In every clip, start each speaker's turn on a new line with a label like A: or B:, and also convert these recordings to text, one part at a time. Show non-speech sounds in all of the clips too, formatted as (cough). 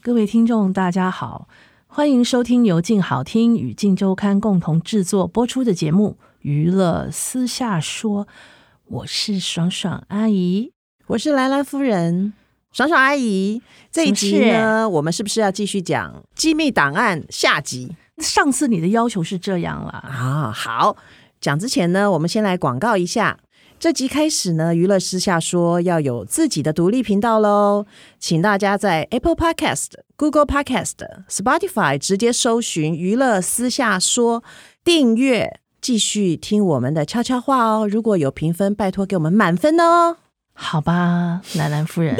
A: 各位听众，大家好，欢迎收听由静好听与静周刊共同制作播出的节目《娱乐私下说》，我是爽爽阿姨。
B: 我是兰兰夫人，爽爽阿姨。这一集
A: 什么
B: 呢，我们是不是要继续讲机密档案下集
A: 上次你的要求是这样啦，
B: 啊？好，讲之前呢，我们先来广告一下。这集开始呢，娱乐私下说要有自己的独立频道喽，请大家在 Apple Podcast、Google Podcast、Spotify 直接搜寻“娱乐私下说”，订阅，继续听我们的悄悄话哦。如果有评分，拜托给我们满分哦。
A: 好吧，兰兰夫人，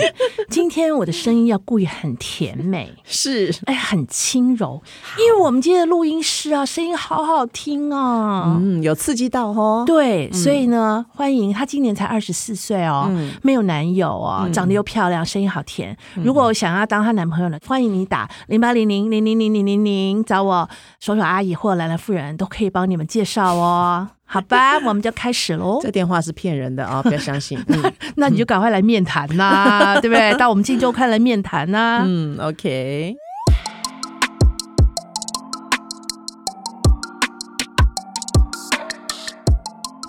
A: 今天我的声音要故意很甜美。
B: 是，
A: 哎，很轻柔，因为我们今天的录音师啊，声音好好听哦。
B: 嗯，有刺激到哦。
A: 对，所以呢，欢迎她今年才二十四岁哦，
B: 嗯
A: 没有男友哦，长得又漂亮，声音好甜。如果想要当她男朋友呢，欢迎你打零八零零零零零零零零找我，手手阿姨或兰兰夫人都可以帮你们介绍哦。好吧，我们就开始喽。
B: 这电话是骗人的啊、不要相 (laughs) 信。嗯
A: (laughs) 那你就赶快来面谈
B: (laughs)
A: 呐、对不对？到我们晋州看来面谈呐、
B: 嗯，OK。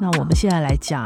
A: 那我们现在来讲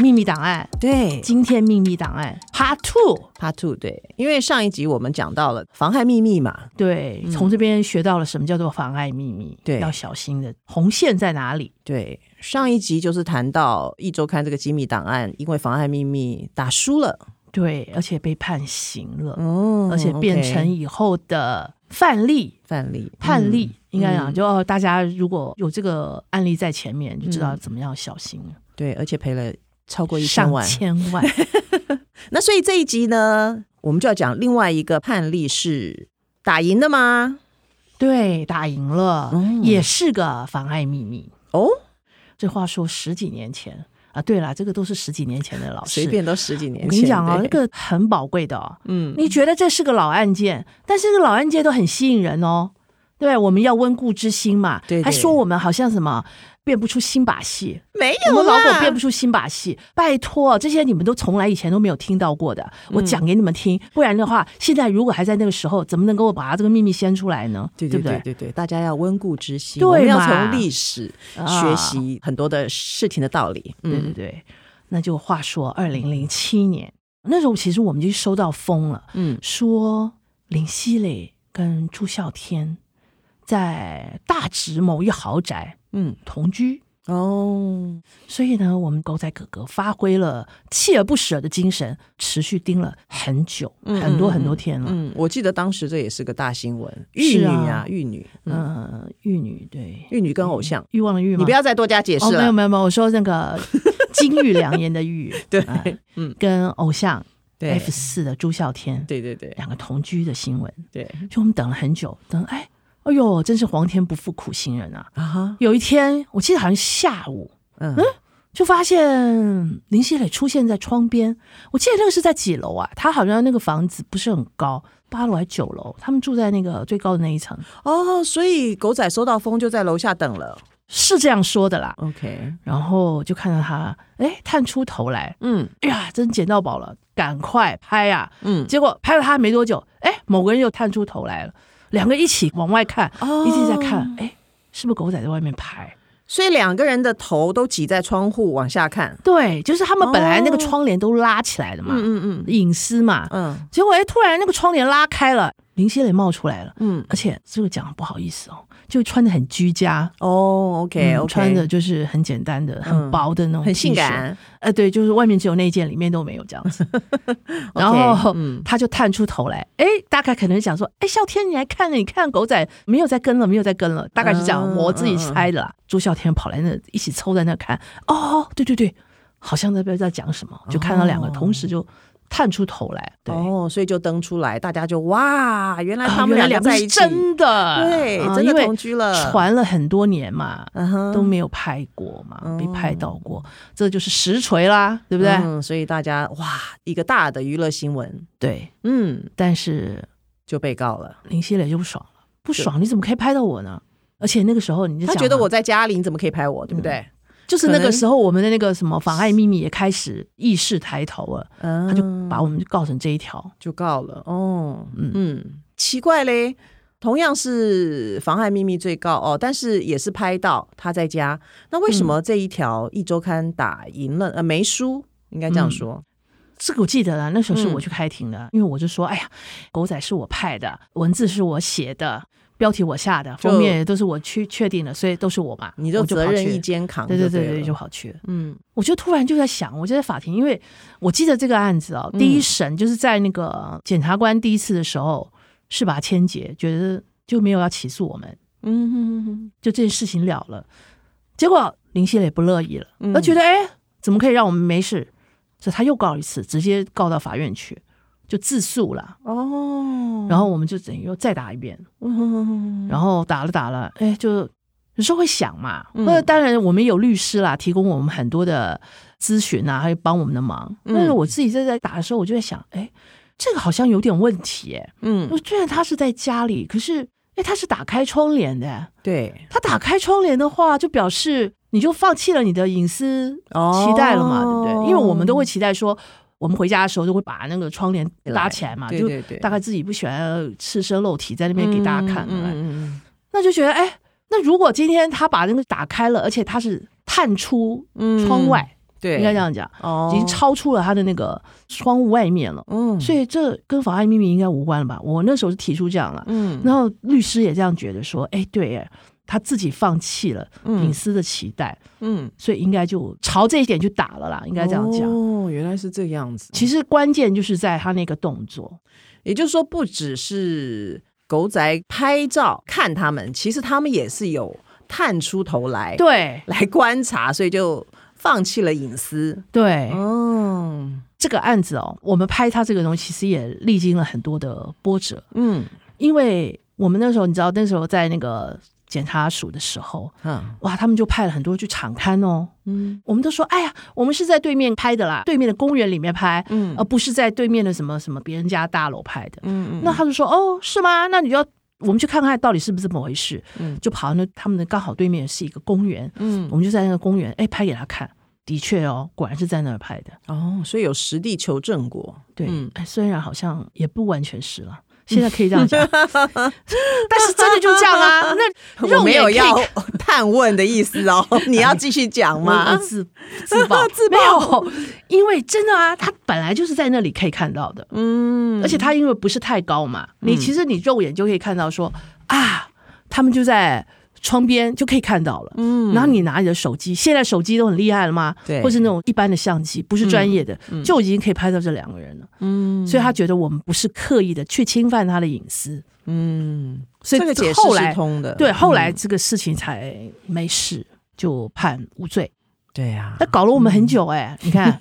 A: 秘密档案。
B: 对
A: 今天秘密档案 Part Two，
B: ，Part Two 对，因为上一集我们讲到了妨害秘密嘛，
A: 对，从这边学到了什么叫做妨碍秘密，
B: 嗯对
A: 要小心的红线在哪里？
B: 对，上一集就是谈到一周刊这个机密档案，因为妨害秘密打输了，
A: 对，而且被判刑了，
B: 嗯
A: 哦而且变成
B: OK，
A: 以后的范例，
B: 范例
A: 判例、
B: 嗯
A: 应该
B: 嗯
A: 讲就、哦大家如果有这个案例在前面，就知道怎么样小心了，
B: 对，而且赔了超嗯过一千
A: 上
B: 万。
A: 千
B: (laughs)
A: 万，
B: 那所以这一集呢，我们就要讲另外一个判例是打赢的吗？
A: 对，打赢了，
B: 嗯
A: 也是个妨碍秘密。
B: 哦，
A: 这话说十几年前啊，对了，这个都是十几年前的老师，
B: 随便都十几年前，
A: 我跟你讲哦，
B: 对
A: 那个很宝贵的哦。
B: 嗯
A: 你觉得这是个老案件，但是这个老案件都很吸引人哦。对，我们要温故知新嘛。
B: 对对
A: 还说我们好像什么变不出新把戏，
B: 没
A: 我
B: 有
A: 们老
B: 啦
A: 狗变不出新把戏。拜托，这些你们都从来以前都没有听到过的，
B: 嗯
A: 我讲给你们听。不然的话，现在如果还在那个时候，怎么能够把它这个秘密掀出来呢？
B: 对
A: 不
B: 对对对，大家要温故知新，
A: 对
B: 我们要
A: 嘛
B: 从历史
A: 啊
B: 学习很多的事情的道理。嗯
A: 对对对，那就话说，二零零七年那时候，其实我们就收到风了，
B: 嗯
A: 说林熙蕾跟朱孝天在大直某一豪宅
B: 嗯
A: 同居。
B: 哦，
A: 所以呢，我们狗仔哥哥发挥了锲而不舍的精神，持续盯了很久，
B: 嗯
A: 很多很多天了。
B: 嗯，我记得当时这也是个大新闻，玉
A: 是
B: 女
A: 啊
B: 啊，玉女，嗯，
A: 呃，玉女对
B: 玉女跟偶像，
A: 欲望的欲吗？
B: 你不要再多加解
A: 哦，
B: 释
A: 没有
B: 了。
A: 没有没有，我说那个金玉良言的玉，
B: (laughs) 对
A: 啊，
B: 嗯，
A: 跟偶像
B: 对
A: F 四的朱孝天
B: 对对对
A: 两个同居的新闻，
B: 对
A: 就我们等了很久，等哎，哎呦，真是皇天不负苦心人啊！
B: 啊哈，
A: 有一天，我记得好像下午，
B: 嗯
A: 就发现林熙蕾出现在窗边。我记得那个是在几楼啊？她好像那个房子不是很高，八楼还是九楼？他们住在那个最高的那一层，
B: 哦，所以狗仔收到风就在楼下等了。
A: 是这样说的啦。
B: OK，
A: 然后就看到她，哎，探出头来，
B: 嗯
A: 哎呀，真捡到宝了，赶快拍啊呀、
B: 嗯，
A: 结果拍了她没多久，哎，某个人又探出头来了，两个一起往外看，
B: 哦
A: 一直在看，哎，是不是狗仔在外面拍？
B: 所以两个人的头都挤在窗户往下看。
A: 对，就是他们本来那个
B: 哦
A: 窗帘都拉起来的嘛，
B: 嗯嗯
A: 隐私嘛。
B: 嗯
A: 结果哎，突然那个窗帘拉开了，林熙蕾冒出来了，
B: 嗯，
A: 而且这个讲不好意思哦，就穿的很居家。
B: 哦，OK
A: 嗯
B: OK，
A: 穿的就是很简单的、嗯很薄的那种，
B: 很性。感。
A: 呃，对，就是外面只有内件，里面都没有这样 (laughs) 子。然后
B: 嗯
A: 他就探出头来，哎，大概可能想说，哎，笑天，你来看了，你看狗仔没有在跟了，没有在跟了，大概是这样，
B: 嗯
A: 我自己
B: 嗯
A: 猜的啦。朱孝天跑来那一起凑在那看，哦，对对对，好像在不知道在讲什么，就看到两个同时就探出头来。对，
B: 哦，所以就登出来，大家就哇，原来
A: 啊
B: 他们
A: 原来两
B: 两个在
A: 是
B: 一起，
A: 真的，
B: 对，
A: 啊
B: 真
A: 因
B: 的
A: 为
B: 同居了，
A: 传了很多年嘛，
B: 嗯哼
A: 都没有拍过嘛，被拍
B: 哦
A: 到过，这就是实锤啦，对不对？
B: 嗯，所以大家哇，一个大的娱乐新闻，
A: 对，
B: 嗯，
A: 但是
B: 就被告了。
A: 林熙蕾就不爽了，不爽你怎么可以拍到我呢？而且那个时候你就
B: 他
A: 讲
B: 觉得
A: 嘛
B: 我在家里，你怎么可以拍我，对不对？
A: 就是
B: 可
A: 那个
B: 能
A: 时候我们的那个什么妨碍秘密也开始意识抬头了，
B: 嗯，
A: 他就把我们告成这一条。
B: 就告了。哦，嗯
A: 嗯
B: 奇怪嘞，同样是妨害秘密罪告哦，但是也是拍到他在家，那
A: 嗯
B: 为什么这一条《一周刊》打赢了？呃，没输，应该这
A: 嗯
B: 样说。
A: 这个我记得了，那时候是
B: 嗯
A: 我去开庭的，因为我就说，哎呀，狗仔是我派的，文字是我写的，标题我下的，
B: 就
A: 封面也都是我去确定的，所以都是我嘛，
B: 你
A: 我就
B: 责
A: 跑
B: 任
A: 去
B: 一肩扛
A: 对
B: 对
A: 对
B: 了
A: 对，就跑去了。
B: 嗯
A: 我就突然就在想，我就在法庭，因为我记得这个案子哦，第一审就是在那个检察官第一次的时候，是把千杰觉得就没有要起诉我们，
B: 嗯哼哼
A: 就这件事情了了。结果林熙蕾不乐意了，
B: 嗯
A: 她觉得哎，怎么可以让我们没事？所以她又告一次，直接告到法院去，就自诉了。
B: 哼哦，
A: 然后我们就等于又再打一遍，
B: 嗯哼哼哼
A: 然后打了打了，哎，就有时候会想嘛。
B: 嗯
A: 那、当然，我们有律师啦，提供我们很多的咨询啊，还有帮我们的忙。
B: 嗯
A: 但是我自己在在打的时候，我就在想，哎，这个好像有点问题哎。
B: 嗯，
A: 我虽然他是在家里，可是哎，他是打开窗帘的。
B: 对，
A: 他打开窗帘的话，就表示你就放弃了你的隐私期待了嘛，对
B: 哦
A: 不对？因为我们都会期待说。我们回家的时候就会把那个窗帘拉起来嘛，
B: 对对对
A: 就大概自己不喜欢赤身露体在那边给大家看，
B: 嗯嗯嗯嗯
A: 那就觉得，哎，那如果今天他把那个打开了，而且他是探出
B: 嗯
A: 窗外，
B: 对，
A: 应该这样讲，
B: 哦，
A: 已经超出了他的那个窗户外面了，
B: 嗯，
A: 所以这跟妨碍秘密应该无关了吧？我那时候是提出这样了，
B: 嗯，
A: 然后律师也这样觉得说，哎，对，哎，他自己放弃了
B: 嗯
A: 隐私的期待，
B: 嗯，
A: 所以应该就朝这一点去打了啦，应该这样讲。
B: 哦，原来是这样子。
A: 其实关键就是在他那个动作，
B: 也就是说，不只是狗仔拍照看他们，其实他们也是有探出头来，
A: 对
B: 来观察，所以就放弃了隐私。
A: 对，
B: 嗯
A: 这个案子哦，我们拍他这个东西，其实也历经了很多的波折，
B: 嗯
A: 因为我们那时候你知道，那时候在那个检察署的时候，
B: 嗯
A: 哇，他们就派了很多去场刊哦，
B: 嗯
A: 我们都说，哎呀，我们是在对面拍的啦，对面的公园里面拍，呃
B: 嗯
A: 而不是在对面的什么什么别人家大楼拍的。
B: 嗯
A: 那他就说，哦，是吗？那你要。我们去看看到底是不是这么回事，
B: 嗯
A: 就跑到那他们的刚好对面是一个公园，
B: 嗯
A: 我们就在那个公园，哎，拍给他看，的确哦，果然是在那儿拍的。
B: 哦，所以有实地求证过。
A: 对，
B: 嗯
A: 哎虽然好像也不完全是了，现在可以这样
B: (laughs)
A: 讲，但是真的就这样啊。那 (laughs)
B: 我
A: 肉
B: 没
A: 眼
B: 有
A: 可以
B: 要 (laughs)
A: 看
B: 探问的意思哦， (laughs) 你要继续讲
A: (laughs) 我我
B: 吗？
A: 自自爆
B: (laughs) 自
A: 没有，因为真的啊，它本来就是在那里可以看到的，
B: 嗯
A: 而且它因为不是太高嘛，你其实你肉眼就可以看到说啊，他们就在。窗边就可以看到了，
B: 嗯
A: 然后你拿你的手机，现在手机都很厉害了嘛，
B: 对
A: 或是那种一般的相机，不是专业的，
B: 嗯
A: 就已经可以拍到这两个人了。
B: 嗯
A: 所以他觉得我们不是刻意的去侵犯他的隐私，
B: 嗯，
A: 所以
B: 这个解释
A: 后
B: 是
A: 来
B: 通的。
A: 对后来
B: 嗯
A: 这个事情才没事，就判无罪。
B: 对呀
A: 那，搞了我们很
B: 嗯
A: 久哎、你看，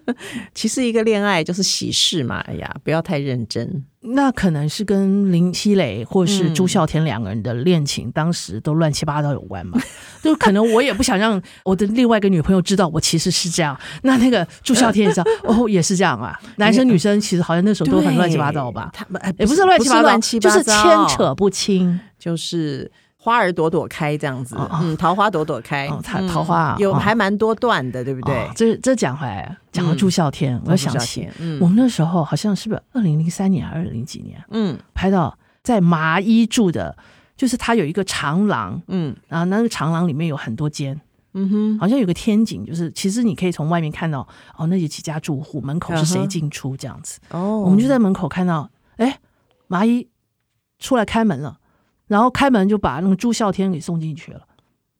A: (laughs)
B: 其实一个恋爱就是喜事嘛，哎呀，不要太认真。
A: 那可能是跟林熙蕾或是
B: 嗯
A: 朱孝天两个人的恋情当时都乱七八糟有关
B: (laughs)
A: 吧？就可能我也不想让我的另外一个女朋友知道我其实是这样。那那个朱孝天也知
B: (laughs)
A: 道哦，也是这样啊。男生女生其实好像那时候都很乱七八糟吧
B: 对？他们哎
A: 也不是乱七八糟，
B: 乱七八糟
A: 就是牵，扯不清。
B: 就是花儿朵朵开这样子，
A: 哦哦
B: 嗯，桃花朵朵开，
A: 哦桃
B: 嗯
A: 桃花啊
B: 有
A: 哦
B: 还蛮多段的，对不对
A: 哦？这这讲回来，啊讲到
B: 啊嗯
A: 朱孝天，我又想
B: 朱孝
A: 起
B: 天，嗯
A: 我们那时候好像是不是二零零三年还是二零几年
B: 嗯
A: 拍到在麻衣住的，就是他有一个长廊，
B: 嗯
A: 然后那个长廊里面有很多间，
B: 嗯哼，
A: 好像有个天井，就是其实你可以从外面看到哦，那有几家住户门口是
B: 嗯
A: 谁
B: 哼
A: 进出这样子，
B: 哦，
A: 我们就在门口看到，哎，麻衣出来开门了，然后开门就把那个朱孝天给送进去了，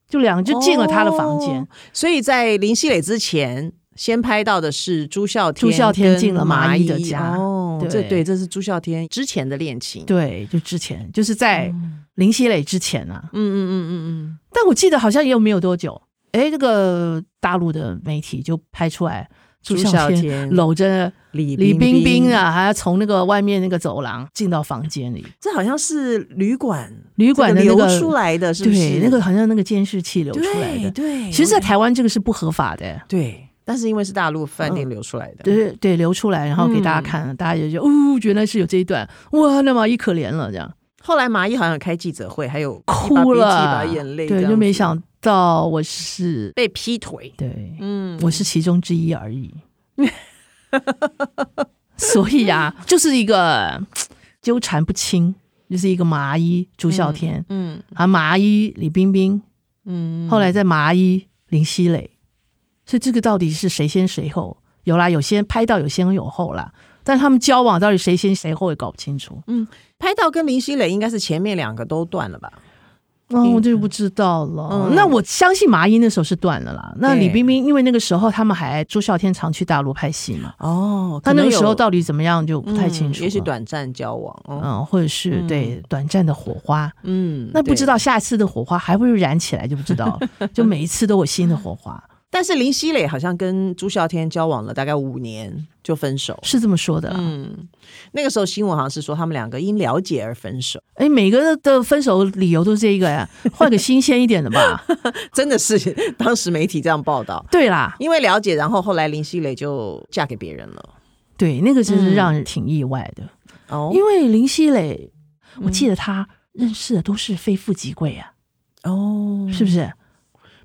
A: 就两个就进了他的房间。
B: 哦所以在林熙蕾之前。先拍到的是朱孝天，
A: 朱孝天进了
B: 麻
A: 麻
B: 衣
A: 衣的家
B: 哦，
A: 对
B: 这对，这是朱孝天之前的恋情，
A: 对，就之前就是在林熙蕾之前啊，
B: 嗯嗯嗯嗯
A: 但我记得好像也有没有多久，哎，这个大陆的媒体就拍出来朱
B: 朱孝
A: 孝
B: 天
A: 天搂着
B: 李
A: 李冰冰
B: 冰，
A: 啊，还要从那个外面那个走廊进到房间里，
B: 这好像是旅馆
A: 旅馆的
B: 这
A: 那
B: 个
A: 个
B: 流出来的，是不是
A: 对，？那个好像那个监视器流出来
B: 对
A: 的。
B: 对，
A: 其实，在
B: 我
A: 台湾这个是不合法的，
B: 对，但是因为是大陆饭店流出来的，
A: 嗯对对，流出来，然后给大家看，
B: 嗯
A: 大家也就哦，原来是有这一段，哇，那么一可怜了，这样
B: 后来麻衣好像有开记者会，还有
A: 哭
B: 一
A: 了
B: 把，鼻涕一把眼泪这样
A: 对，
B: 子，
A: 就没想到我是，
B: 被劈腿。
A: 对，
B: 嗯，
A: 我是其中之一而已。 (laughs) 所以啊，就是一个纠缠不清，就是一个麻衣朱孝天，
B: 嗯
A: 啊，麻衣李冰冰，
B: 嗯，
A: 后来在麻衣林熙蕾，所以这个到底是谁先谁后？有啦，有先拍到，有先有后啦，但他们交往到底谁先谁后也搞不清楚。
B: 拍到跟林熙蕾应该是前面两个都断了吧？
A: 哦，我就不知道了。
B: 嗯
A: 那我相信麻衣那时候是断了啦。那
B: 对
A: 李冰冰，因为那个时候他们还朱孝天常去大陆拍戏嘛，
B: 哦，
A: 他那
B: 可
A: 个
B: 能有
A: 时候到底怎么样就不太清楚
B: 嗯
A: 了。
B: 也许短暂交往哦，
A: 嗯，或者是、对短暂的火花，
B: 嗯，
A: 那不
B: 对
A: 知。道下一次的火花还会不会燃起来就不知道
B: (laughs)
A: 了。就每一次都有新的火花，
B: 但是林熙蕾好像跟朱孝天交往了大概五年就分手，
A: 是这么说的啦。啊
B: 嗯，那个时候新闻好像是说他们两个因了解而分手， (laughs)
A: 哎，每个的分手理由都是这一个呀，换个新鲜一点的
B: (laughs)
A: 吧。
B: 真的是当时媒体这样报道。
A: 对啦，
B: 因为了解，然后后来林熙蕾就嫁给别人了。
A: 对，那个真是让人挺意外的，
B: 嗯哦嗯
A: 因为林熙蕾，我记得她认识的都是非富即贵啊，
B: 哦，
A: 是不是？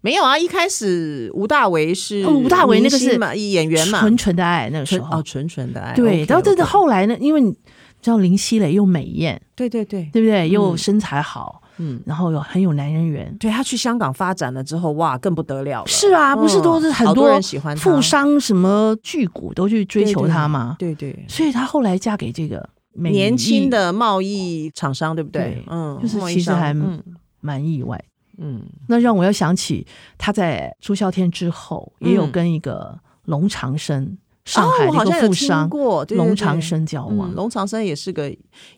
B: 没有啊，一开始吴大维是
A: 哦吴大维那个
B: 明星
A: 是
B: 嘛演员嘛，
A: 纯纯的爱那个时
B: 纯
A: 候，
B: 哦纯纯的爱。
A: 对。然后但是
B: 这
A: 后来呢，因为你知道林熙蕾又美艳，
B: 对对对，
A: 对不对？又身材好，
B: 嗯，
A: 然后又很有男人缘，
B: 对他去香港发展了之后，哇，更不得了了。
A: 是啊，
B: 嗯
A: 不是都是很
B: 好多人喜欢他
A: 富商什么巨股都去追求她嘛，
B: 对对，
A: 所以她后来嫁给这个美
B: 年轻
A: 裔
B: 的贸易厂商，对不对
A: 对？
B: 嗯，
A: 就是
B: 贸易
A: 其实
B: 商
A: 还
B: 嗯
A: 蛮意外。
B: 嗯
A: 那让我要想起他在朱孝天之后，也有
B: 嗯
A: 跟一个龙长生，上海
B: 哦我好
A: 的一
B: 像
A: 个
B: 有
A: 富
B: 听
A: 商
B: 过对对
A: 龙
B: 对
A: 长生交往
B: 嗯，，龙长生也是个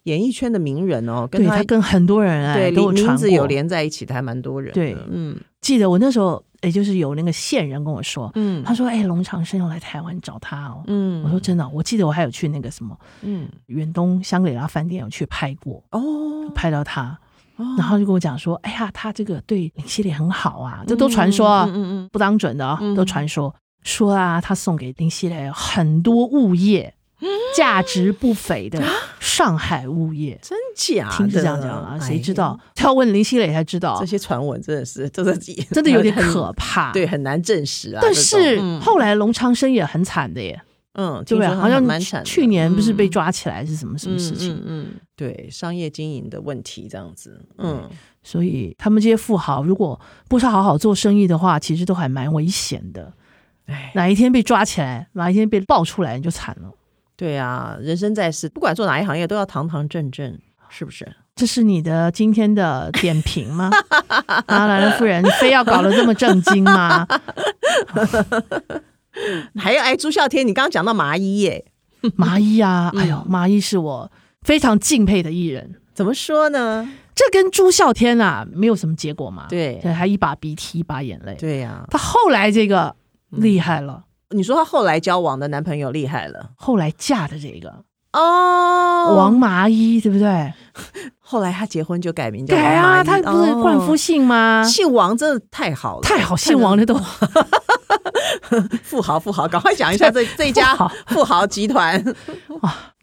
B: 演艺圈的名人哦，跟
A: 对他跟很多人哎
B: 对
A: 都有
B: 名
A: 传
B: 字有
A: 过。
B: 连在一起的还蛮多人的。
A: 对
B: 嗯
A: 记得我那时候，也就是有那个线人跟我说，
B: 嗯
A: 他说：“哎，龙长生要来台湾找他哦。”
B: 嗯
A: 我说：“真的哦，我记得我还有去那个什么
B: 嗯
A: 远东香格里拉饭店有去拍过，
B: 哦，
A: 拍到他，
B: 哦
A: 然后就跟我讲说：‘哎呀，他这个对林熙蕾很好啊， (laughs) 这都传说啊。’
B: 嗯嗯嗯嗯
A: 不当准的啊、
B: 嗯
A: 都传说说啊，他送给林熙蕾很多物业，
B: 嗯
A: 价值不菲的上海物业。
B: 真啊假？哎
A: 听是这样讲啊，谁知？道？要问林熙蕾才知道
B: 这，些传闻真的是，真的
A: 真的有点
B: 很
A: 可怕。
B: 对，，很难证实啊。
A: 但
B: 这种
A: 是
B: 啊嗯
A: 后来龙长生也很惨的耶，
B: 嗯，
A: 对
B: 听
A: 不
B: 说
A: 对？
B: 他
A: 好像
B: 蛮
A: 去
B: 惨的。
A: 去年不是被
B: 嗯
A: 抓起来是什么什么事情？
B: 嗯嗯嗯对，商业经营的问题这样子，嗯，
A: 所以他们这些富豪如果不是好好做生意的话，其实都还蛮危险的。
B: 哎，
A: 哪一天被抓起来，哪一天被爆出来，你就惨了。
B: 对啊，人生在世，不管做哪一行业，都要堂堂正正，是不是？
A: 这是你的今天的点评
B: (laughs)
A: 吗？啊，兰兰夫人，你非要搞得这么正经
B: (laughs)
A: 吗？
B: 还有哎，朱孝天，你刚刚讲到麻衣耶，
A: 麻衣啊，
B: 嗯
A: 哎呦，麻衣是我非常敬佩的艺人。
B: 怎么说呢？
A: 这跟朱孝天啊没有什么结果嘛，
B: 对
A: 对，他一把鼻涕一把眼泪。
B: 对嗯呀、
A: 他后来这个厉害了，
B: 你说她后来交往的男朋友厉害了
A: 后来嫁的这个
B: 哦，
A: 王麻衣，对不对？
B: 后来她结婚就改名叫
A: 对
B: 王麻
A: 啊，
B: 衣
A: 他不是冠夫、姓吗
B: 哦？姓王真的太好了，
A: 太好，姓
B: (laughs)
A: 王的都
B: 富豪富豪，赶快讲一下这这一家
A: 富豪
B: (laughs) 富豪
A: (laughs)
B: 集团，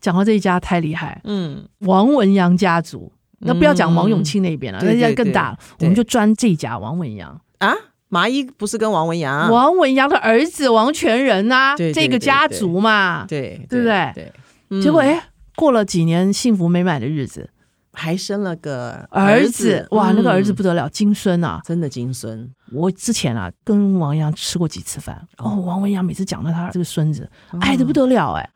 A: 讲到这一家太厉害，
B: 嗯，
A: 王文洋家族。那不要讲王永庆那边了，
B: 对
A: 那家
B: 对
A: 更
B: 对
A: 大了。我
B: 对
A: 们就专这一家王文洋，
B: 啊，麻衣不是跟王文洋，
A: 王文洋的儿子王全仁呐、
B: 啊对对
A: 这个家族嘛。
B: 对
A: 对不对
B: 对，嗯
A: 结果哎，过了几年幸福美满的日子，
B: 还生了个
A: 儿子哇，那个儿子
B: 嗯
A: 不得了，金孙啊！
B: 真的
A: (laughs)
B: 金孙，
A: 我之前啊跟王洋吃过几次饭，哦，王文洋每次讲到他这个孙子，爱的不得了哎。
B: 哦嗯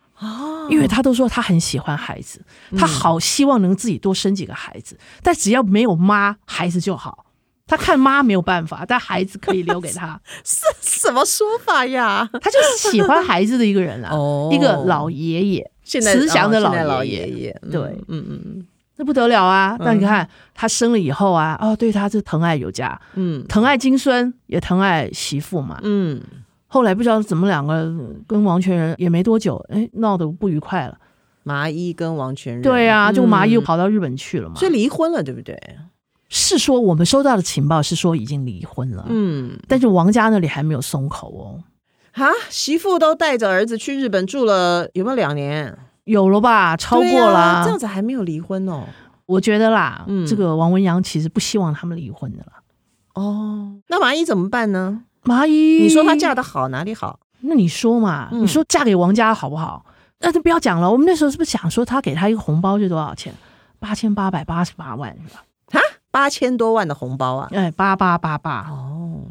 A: 因为他都说他很喜欢孩子，他好希望能自己多生几个孩子，但只要没有妈，孩子就好。他看妈没有办法，但孩子可以留给
B: (laughs)
A: 他，
B: 什么说法呀？
A: 他就是喜欢孩子的一个人啊，
B: 哦
A: 一个老爷爷，
B: 现在
A: 慈祥的
B: 哦现在
A: 老
B: 老
A: 爷
B: 爷，嗯
A: 对
B: 嗯嗯嗯
A: 那不得了啊！那你看、他生了以后啊，哦，对他是疼爱有加，
B: 嗯
A: 疼爱金孙，也疼爱媳妇嘛。
B: 嗯，
A: 后来不知道怎么两个跟王全仁也没多久，哎，闹得不愉快了。
B: 麻衣跟王全仁，
A: 对啊，就麻衣又
B: 嗯
A: 跑到日本去了嘛。
B: 所以离婚了，对不对？
A: 是说我们收到的情报是说已经离婚了，
B: 嗯，
A: 但是王家那里还没有松口哦，
B: 哈，媳妇都带着儿子去日本住了，有没有两年？
A: 有了吧，超过
B: 对
A: 了。
B: 啊这样子还没有离婚哦。
A: 我觉得啦，
B: 嗯
A: 这个王文洋其实不希望他们离婚的啦。
B: 哦，那麻衣怎么办呢？
A: 麻衣，
B: 你说她嫁得好哪里好？
A: 那你说嘛，
B: 嗯
A: 你说嫁给王家好不好？那就不要讲了。我们那时候是不是想说，他给他一个红包是多少钱？八千八百八十八万是吧？
B: 哈，八千多万的红包啊！
A: 哎，八八八八，
B: 哦，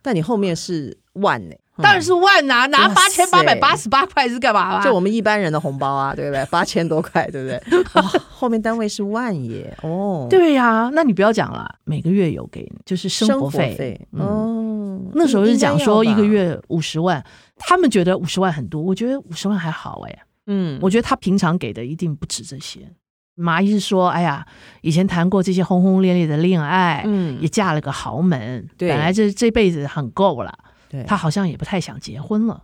B: 但你后面是万呢、
A: 当然是万拿、拿
B: 哇
A: 八千八百八
B: 塞
A: 十八块是干嘛啦？
B: 就我们一般人的红包啊，对不对？八千多块，对
A: (laughs)
B: 不对？哇，后面单位是万耶！哦，，
A: 对呀、那你不要讲了，每个月有给你，就是生
B: 生
A: 活
B: 活
A: 费。
B: 费，
A: 嗯
B: 哦，
A: 那时候是讲说一个
B: 应该要吧，
A: 月五十万，他们觉得五十万很多，我觉得五十万还好哎、
B: 嗯，
A: 我觉得他平常给的一定不止这些。麻衣是说，哎呀，以前谈过这些轰轰烈烈的恋爱，
B: 嗯
A: 也嫁了个豪门，
B: 对
A: 本来这这辈子很够了，
B: 对
A: 他好像也不太想结婚了。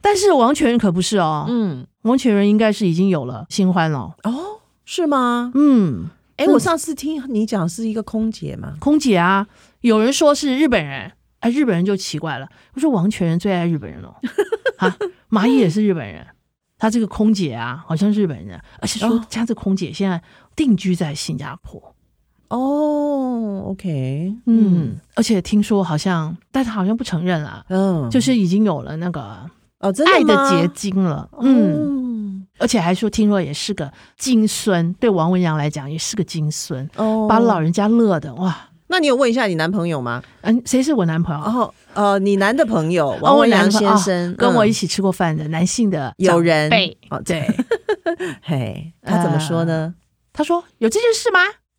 A: 但是王全仁可不是哦，
B: 嗯，
A: 王全仁应该是已经有了新欢了。
B: 哦，是吗？
A: 嗯，
B: 哎，
A: 嗯
B: 我上次听你讲是一个空姐嘛，
A: 空姐啊，有人说是日本人，哎，日本人就奇怪了，我说王全仁最爱日本人哦，啊，麻衣也是日本人，他这个空姐啊，好像日本人，而且说
B: 哦
A: 他这空姐现在定居在新加坡，
B: 哦，OK，
A: 嗯，而且听说好像，但他好像不承认啊，
B: 嗯，
A: 就是已经有了那个
B: 哦，真
A: 爱的
B: 吗
A: 结，晶了，嗯，
B: 嗯，
A: 而且还说听说也是个金孙，对王文洋来讲也是个金孙，
B: 哦，
A: 把老人家乐的哇，
B: 那你有问一下你男朋友吗？
A: 嗯，谁是我男朋友？
B: 然后呃，你男的朋友
A: 哦
B: 王
A: 我
B: 文
A: 男朋
B: 洋先
A: 友
B: 生、
A: 跟我一
B: 起、
A: 起吃过饭的男性的
B: 友
A: 嗯长
B: 人
A: 辈呃
B: 哦
A: 对，
B: 嘿，他怎么说呢？
A: (laughs) 他说有这件事吗？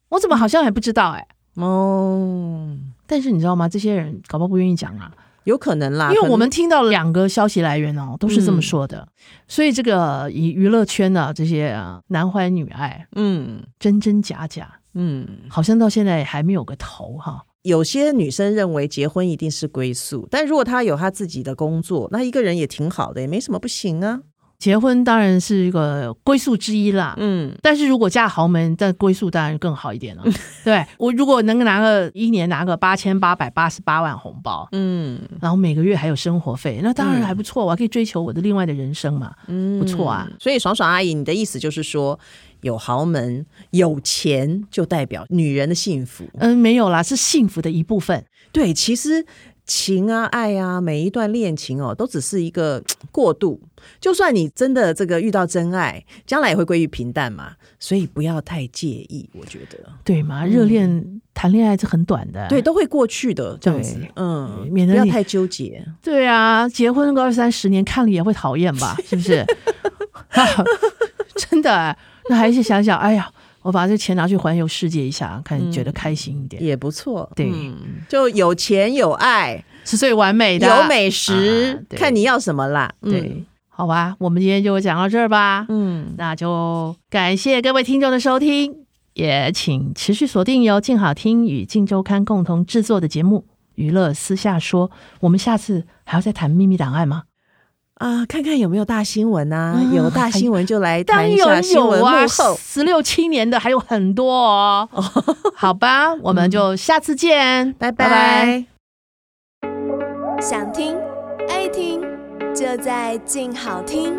A: 我怎么好像还不知道哎、
B: 哦，
A: 但是你知道吗？这些人搞不好不愿意讲啊，
B: 有可能啦，
A: 因
B: 可
A: 为
B: 能
A: 我们听到两个消息来源哦，都是这么说的。所以这个以娱乐圈的这些啊，男欢女爱，
B: 嗯
A: 真真假假，
B: 嗯，
A: 好像到现在还没有个头哈。
B: 有些女生认为结婚一定是归宿，但如果她有她自己的工作，那一个人也挺好的，也没什么不行啊。
A: 结婚当然是一个归宿之一啦，
B: 嗯，
A: 但是如果嫁豪门，但归宿当然更好一点了。 (laughs) 对我如果能拿个一年拿个八千八百八十八万红包，
B: 嗯
A: 然后每个月还有生活费，那当然
B: 嗯
A: 还不错，我还可以追求我的另外的人生嘛。
B: 嗯
A: 不错啊。
B: 所以爽爽阿姨，你的意思就是说，有豪门、有钱就代表女人的幸福。
A: 嗯，没有啦，是幸福的一部分。
B: 对，其实情啊、爱啊，每一段恋情哦，都只是一个过渡。就算你真的这个遇到真爱，将来也会归于平淡嘛，所以不要太介意。我觉得，
A: 对嘛？热恋、谈恋爱是很短的，
B: 嗯对，都会过去的，这样子
A: 对，
B: 嗯，
A: 免得
B: 不要
A: 你
B: 太纠结。
A: 对啊，结婚个二三十年，看了也会讨厌
B: (laughs)
A: 吧？是不是？ (laughs) 啊真的，啊那还是想想，哎呀，我把这钱拿去环游世界一下，
B: 嗯
A: 看觉得开心一点，
B: 也不错，
A: 对
B: 嗯就有钱有爱
A: 是最完美的。
B: 有美食，
A: 啊对
B: 看你要什么啦。嗯
A: 对，，好吧，我们今天就讲到这儿吧。
B: 嗯，
A: 那就感谢各位听众的收听，也请持续锁定由静好听与静周刊共同制作的节目《娱乐私下说》。我们下次还要再谈秘密档案吗？
B: 啊，看看有没有大新闻啊？
A: 啊
B: 有大新闻就来谈一
A: 有
B: 下新闻
A: 有
B: 幕
A: 啊，
B: 后。 (laughs)
A: 十六七年的还有很多哦。好吧，我们就下次见，
B: 嗯拜拜
C: 想听爱听，就在静好听。